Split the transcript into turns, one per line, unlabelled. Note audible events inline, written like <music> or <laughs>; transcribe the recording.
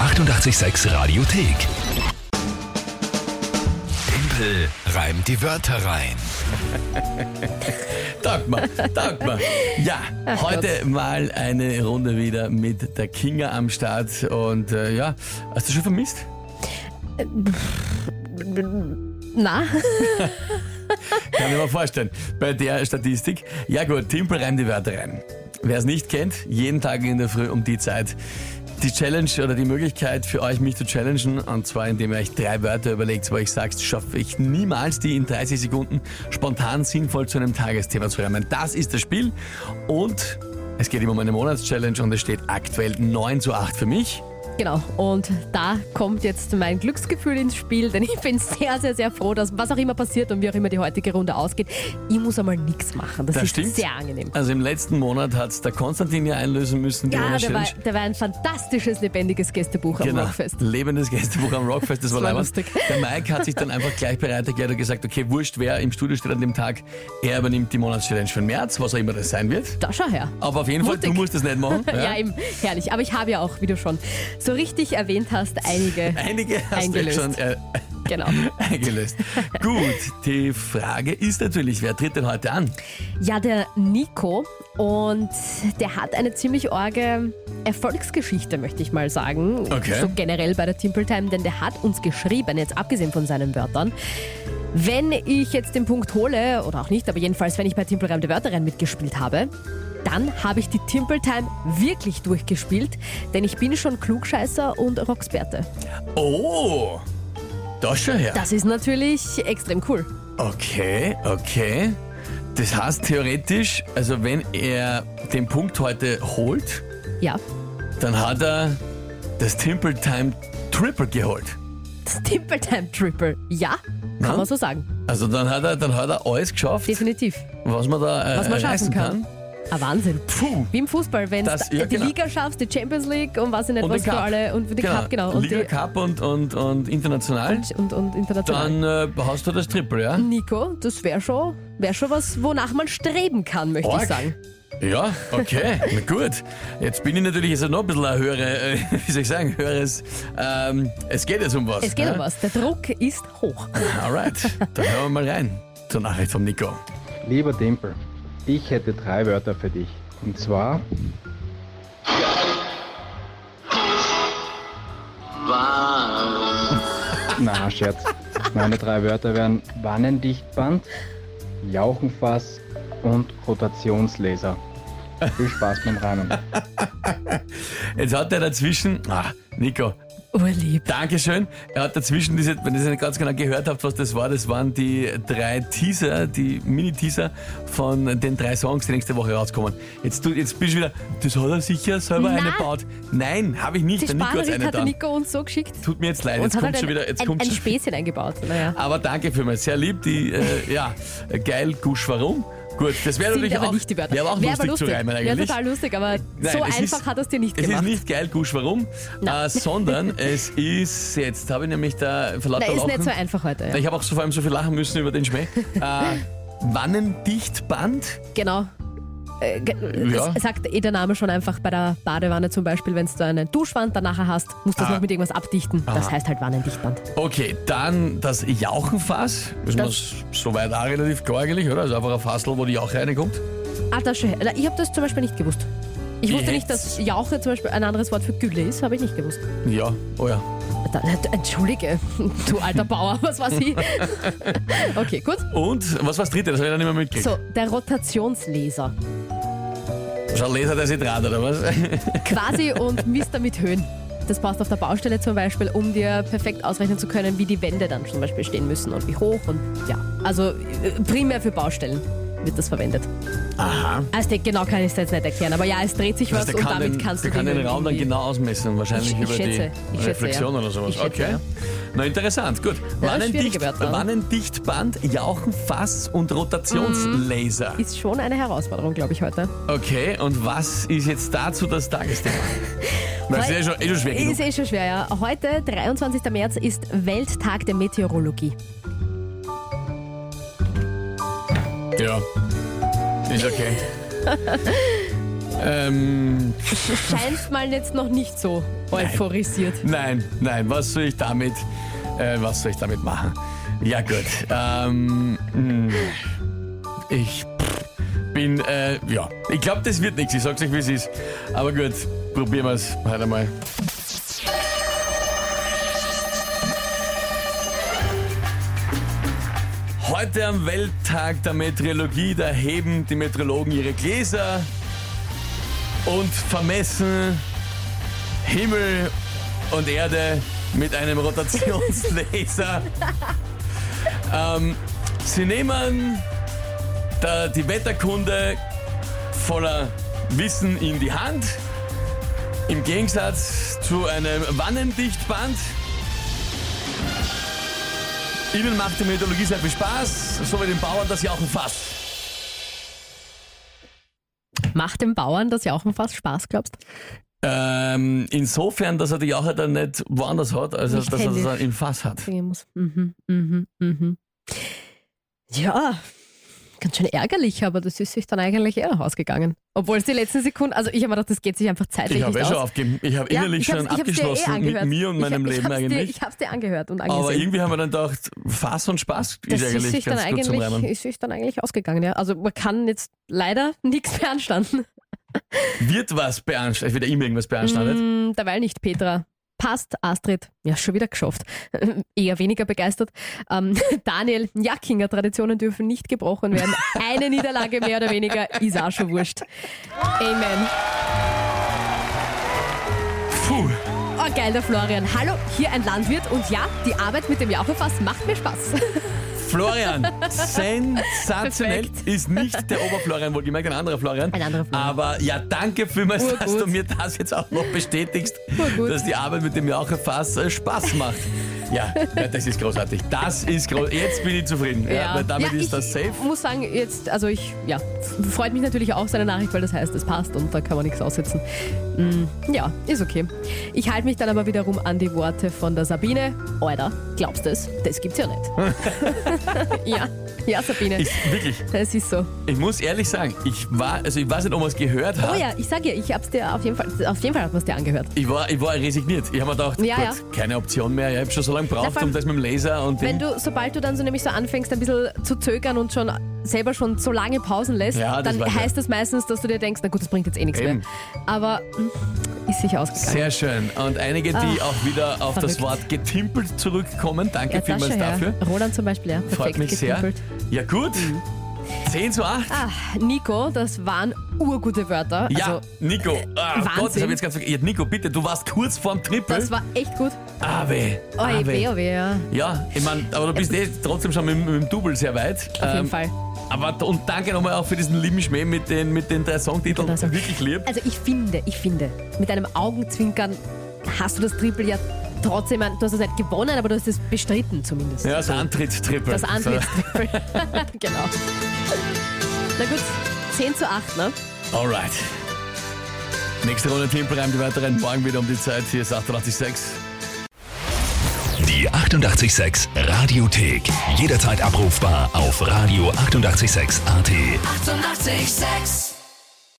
886 Radiothek. Tempel reimt die Wörter rein.
Dagmar, Dagmar. Ja, heute mal eine Runde wieder mit der Kinga am Start. Und äh, ja, hast du schon vermisst?
Na, <laughs>
Kann ich mir vorstellen. Bei der Statistik. Ja gut, Timpel reimt die Wörter rein. Wer es nicht kennt, jeden Tag in der Früh um die Zeit. Die Challenge oder die Möglichkeit für euch, mich zu challengen, und zwar indem ihr euch drei Wörter überlegt, wo ich sagst, schaffe ich niemals, die in 30 Sekunden spontan sinnvoll zu einem Tagesthema zu reimen. Das ist das Spiel und es geht immer um eine Monatschallenge und es steht aktuell 9 zu 8 für mich.
genau. Und da kommt jetzt mein Glücksgefühl ins Spiel, denn ich bin sehr, sehr, sehr froh, dass was auch immer passiert und wie auch immer die heutige Runde ausgeht, ich muss einmal nichts machen. Das,
Das
ist
stimmt.
sehr angenehm.
Also im letzten Monat hat der Konstantin ja einlösen müssen, die
Ja, da war,
Monatschallenge.
da war ein fantastisches, lebendiges Gästebuch am Rockfest.
Genau. Lebendes Gästebuch am Rockfest, das war,
war
leibend.
lustig.
Der Mike hat sich dann einfach gleich bereit erklärt und gesagt, okay, wurscht, wer im Studio steht an dem Tag, er übernimmt die Monatschallenge für den März, was auch immer das sein wird.
Da schau her. <laughs>
Aber auf jeden Fall,
Mutig.
du musst das nicht machen.
<laughs> Ja. eben, herrlich. Aber ich habe ja auch, wie du schon so richtig erwähnt hast, <laughs> einige.
Einige hast
Eingelöst.
du schon äh, <laughs>
genau.
eingelöst. Gut, die Frage ist natürlich, wer tritt denn heute an?
Ja, der Nico. Und der hat eine ziemlich orge Erfolgsgeschichte, möchte ich mal sagen.
Okay.
So generell bei der Timple Time, denn der hat uns geschrieben, jetzt abgesehen von seinen Wörtern. Wenn ich jetzt den Punkt hole, oder auch nicht, aber jedenfalls, wenn ich bei Timple Reim der Wörter rein mitgespielt habe, dann habe ich die Timple Time wirklich durchgespielt, denn ich bin schon Klugscheißer und Rocksperte.
Oh, das schon her.
Das ist natürlich extrem cool.
Okay, okay. Das heißt theoretisch, also wenn er den Punkt heute holt,
Ja,
dann hat er das Temple Time Triple geholt.
das Timple Time Triple. Ja, kann
Na?
man so sagen.
Also dann hat er, dann hat er alles geschafft,
Definitiv.
was man da äh,
was man schaffen
leisten
kann.
kann.
Ah, Wahnsinn.
Puh.
Wie im Fußball, wenn
Das-
du
ja,
die
genau.
Liga schaffst, die Champions League und was in
Und den
etwas für
Cup.
alle und den Cup, genau. Und,
Liga
die,
Cup und, und, und international.
und, Mhm, und, und international.
dann äh, hast du das Triple, ja?
Nico, das wäre schon, wär schon was, wonach man streben kann, möchte
Org.
ich sagen.
Ja,
<laughs>
okay, na gut. Jetzt bin ich natürlich jetzt noch ein bisschen ein höhere, äh, <laughs> wie soll ich sagen, höheres. Ähm, es geht jetzt um was.
Es geht
ja?
um was. Der Druck ist hoch. <laughs>
Alright, dann hören wir mal rein zur Nachricht vom Nico.
Lieber Tempel, ich hätte drei Wörter für dich. Und zwar Na, Scherz. Meine drei Wörter wären Wannendichtband, Jauchenfass und Rotationsleser. Viel Spaß beim Reimen.
Jetzt hat er dazwischen, ah, Nico,
Urlieb.
Dankeschön. Er hat dazwischen diese, wenn ihr es nicht ganz genau gehört habt, was das war, das waren die drei Teaser, die Mini-Teaser von den drei Songs, die nächste Woche rauskommen. Jetzt, du, jetzt bist du wieder, das hat er sicher selber
Na.
eine gebaut. Nein, habe ich nicht.
Die
Der Nico hat's
Spannerin
eine
hat der
dann.
Nico uns so geschickt.
Tut mir jetzt leid,
und
jetzt
hat
kommt
halt
schon
ein,
wieder, jetzt
ein,
kommt
ein
schon
Späßchen eingebaut. Naja.
Aber danke für mal, sehr lieb, die, äh, ja, geil, gusch, warum? Gut, das wäre
Sind
natürlich
aber
auch,
nicht die Wörter.
Wäre aber auch
Wär
lustig, zu reimen
Wäre
eigentlich.
total lustig, aber so
es
einfach
ist-
hat er es dir nicht
es
gemacht.
ist nicht geil, Gusch, warum? Äh,
<laughs>
sondern es ist, jetzt habe ich nämlich da vor lauter
Nein, ist
Lachen,
nicht so einfach heute. Ja.
ich habe auch so, vor allem so viel lachen müssen über den
<laughs>
Schmäh. Äh, Wannendichtband?
Genau. Äh, ge-
Ja.
Das sagt eh der Name schon einfach bei der Badewanne zum Beispiel, wenn du eine Duschwand danach hast, musst du das
Ah.
noch mit irgendwas abdichten. Das heißt halt Wannendichtband.
Okay, dann das Jauchenfass. Ist man s- soweit auch relativ klar eigentlich, oder? Also einfach ein Fassel, wo die Jauche reinkommt.
Ah, das schon. Na, Ich habe das zum Beispiel nicht gewusst. Ich wusste
Jetzt.
nicht, dass Jauche zum Beispiel ein anderes Wort für Gülle ist, habe ich nicht gewusst.
Ja, oh ja.
Da, da- Entschuldige, du alter Bauer, <laughs> was
<laughs>
war sie? Okay, gut.
Und, was war das dritte? Das habe ich dann nicht mehr mitgekriegt.
So, der Rotationsleser.
Schau, Leser, der sich dran, oder was?
Quasi und Mister mit Höhen. Das brauchst du auf der Baustelle zum Beispiel, um dir perfekt ausrechnen zu können, wie die Wände dann zum Beispiel stehen müssen und wie hoch und ja. Also äh, primär für Baustellen wird das verwendet.
Aha.
Also den genau kann ich es jetzt nicht erklären, aber ja, es dreht sich was
Also der
und
kann
damit
den,
kannst
der
du
kann den
Höhen
Raum dann
irgendwie-
genau ausmessen, wahrscheinlich
Ich- ich
über
schätze,
die
ich schätze,
Reflexion
ja.
oder sowas.
Ich schätze,
okay.
ja.
Na, interessant. Gut.
Ja, schwierige Wörter.
Wannendichtband, Jauchenfass und Rotationslaser.
Ist schon eine Herausforderung, glaube ich, heute.
Okay, und was ist jetzt dazu das Tagesthema? Das ist ja schon, eh schon schwer genug.
Ist eh schon schwer, ja. Heute, 23. März, ist Welttag der Meteorologie.
Ja. Ist okay. ähm,
Scheint mal jetzt noch nicht so euphorisiert.
Nein, nein, was soll ich damit, äh, was soll ich damit machen? Ja gut, ähm, mh, ich pff, bin, äh, ja, ich glaube, das wird nichts, ich sag's euch, wie es ist. Aber gut, probieren wir's heute einmal. Heute am Welttag der Meteorologie, da heben die Meteorologen ihre Gläser und vermessen Himmel und Erde mit einem
<laughs>
Rotationslaser. ähm, sie nehmen da die Wetterkunde voller Wissen in die Hand. Im Gegensatz zu einem Wannendichtband. Ihnen macht die Meteorologie sehr viel Spaß, so wie den Bauern das Jauchenfass.
Macht dem Bauern das Jauchenfass Spaß, glaubst
Ähm, insofern, dass er die Jauche dann nicht woanders hat, als
Nicht
dass er
händisch.
das im Fass hat.
du? Muss. Mhm, mhm, mhm. Ja, ganz schön ärgerlich, aber das ist sich dann eigentlich eher noch ausgegangen. Obwohl es die letzten Sekunden, also ich habe mir gedacht, das geht sich einfach zeitlich
Ich
nicht
habe eh schon
aus.
aufgegeben. Ich habe
Ja,
innerlich
ich
schon
hab's- ich hab's dir eh
abgeschlossen mit
angehört.
mir und
Ich-
meinem
ich
Leben
hab's Dir,
eigentlich.
ich habe es dir angehört und angesehen.
aber irgendwie haben wir dann gedacht, Fass und Spaß
das
ist
ist sich
eigentlich
dann
ganz gut zum
eigentlich,
Reimen.
ist sich dann eigentlich ausgegangen, ja. Also man kann jetzt leider <laughs> nichts beanstanden.
Wird was beanstandet? Wird ja immer irgendwas beanstandet?
Mm, derweil nicht, Petra. Passt, Astrid. Ja, schon wieder geschafft. <laughs> Eher weniger begeistert. Ähm, <laughs> Daniel, Jackinger, Traditionen dürfen nicht gebrochen werden. Eine Niederlage mehr oder weniger ist auch schon wurscht. Amen.
Puh,
Oh, geil, der Florian. Hallo, hier ein Landwirt. Und ja, die Arbeit mit dem Jauchefass macht mir Spaß. <laughs>
Florian, sensationell
Perfekt.
ist nicht der Oberflorian, wohlgemerkt ein anderer Florian.
Ein anderer Florian.
Aber ja, danke vielmals,
Urgut.
dass du mir das jetzt auch noch bestätigst,
Urgut.
dass die Arbeit mit dem Jauchefass äh, Spaß macht.
<laughs>
Ja, ja, das ist großartig. Das ist großartig. Jetzt bin ich zufrieden. Ja, weil damit
Ja,
ist
ich
das safe.
muss sagen, jetzt, also ich, ja, f- freut mich natürlich auch seine Nachricht, weil das heißt, es passt und da kann man nichts aussetzen. Mm, ja, ist okay. Ich halte mich dann aber wiederum an die Worte von der Sabine. Alter, glaubst du es? Das gibt's ja
<laughs>
nicht. ja, ja, Sabine.
Ich, wirklich,
das ist so.
ich muss ehrlich sagen, ich war, also ich weiß nicht, ob man es gehört hat.
Oh ja, ich sag ja, ich hab's dir auf jeden Fall, auf jeden Fall hat man's dir angehört.
Ich war, ich war resigniert. Ich habe mir gedacht,
Ja,
gut,
ja.
keine Option mehr. Ich habe schon so lange
Na, vor
gebraucht,
allem-
um das mit dem Laser und
Wenn
dem.
du, sobald du dann so nämlich so anfängst, ein bisschen zu zögern und schon selber schon so lange Pausen lässt,
Ja, das
dann
war ja.
heißt das meistens, dass du dir denkst, na gut, das bringt jetzt eh nichts
Eben.
mehr. Aber hm, ist sich ausgegangen.
Sehr schön. Und einige, die
Ach,
auch wieder auf das
verrückt.
Wort getimpelt zurückkommen. Danke
Ja, das
vielmals
schon, ja.
dafür.
Roland zum Beispiel, ja. Perfekt
Freut mich
getimpelt.
sehr. Ja, gut. 10 zu 8.
Ah, Nico, das waren urgute Wörter.
ja,
Also,
Nico. Ah,
Wahnsinn.
Gott, das habe ich jetzt ganz vergessen. Ja, Nico, bitte, du warst kurz vorm Triple.
das war echt gut.
Ah, weh.
Oh,
Ah, weh.
weh, oh, weh, ja.
Ja, ich meine, aber du bist eh trotzdem schon mit, mit dem Double sehr weit. Ähm,
Auf jeden Fall.
Aber, und danke nochmal auch für diesen lieben Schmäh mit den, mit den drei Songtiteln.
Mit den drei Song-
Wirklich lieb.
Also ich finde, ich finde, mit einem Augenzwinkern hast du das Triple ja trotzdem, du hast es nicht gewonnen, aber du hast es bestritten zumindest.
Ja, das Antritts-Triple.
Das
So.
Antrittsdribbel. <laughs> genau. Na gut, 10 zu 8, ne?
Alright. Nächste Runde Timpelreim, die weiteren morgen wieder um die Zeit. Hier ist 886.
Die 886 Radiothek. Jederzeit abrufbar auf radio886.at. 886! 886.
886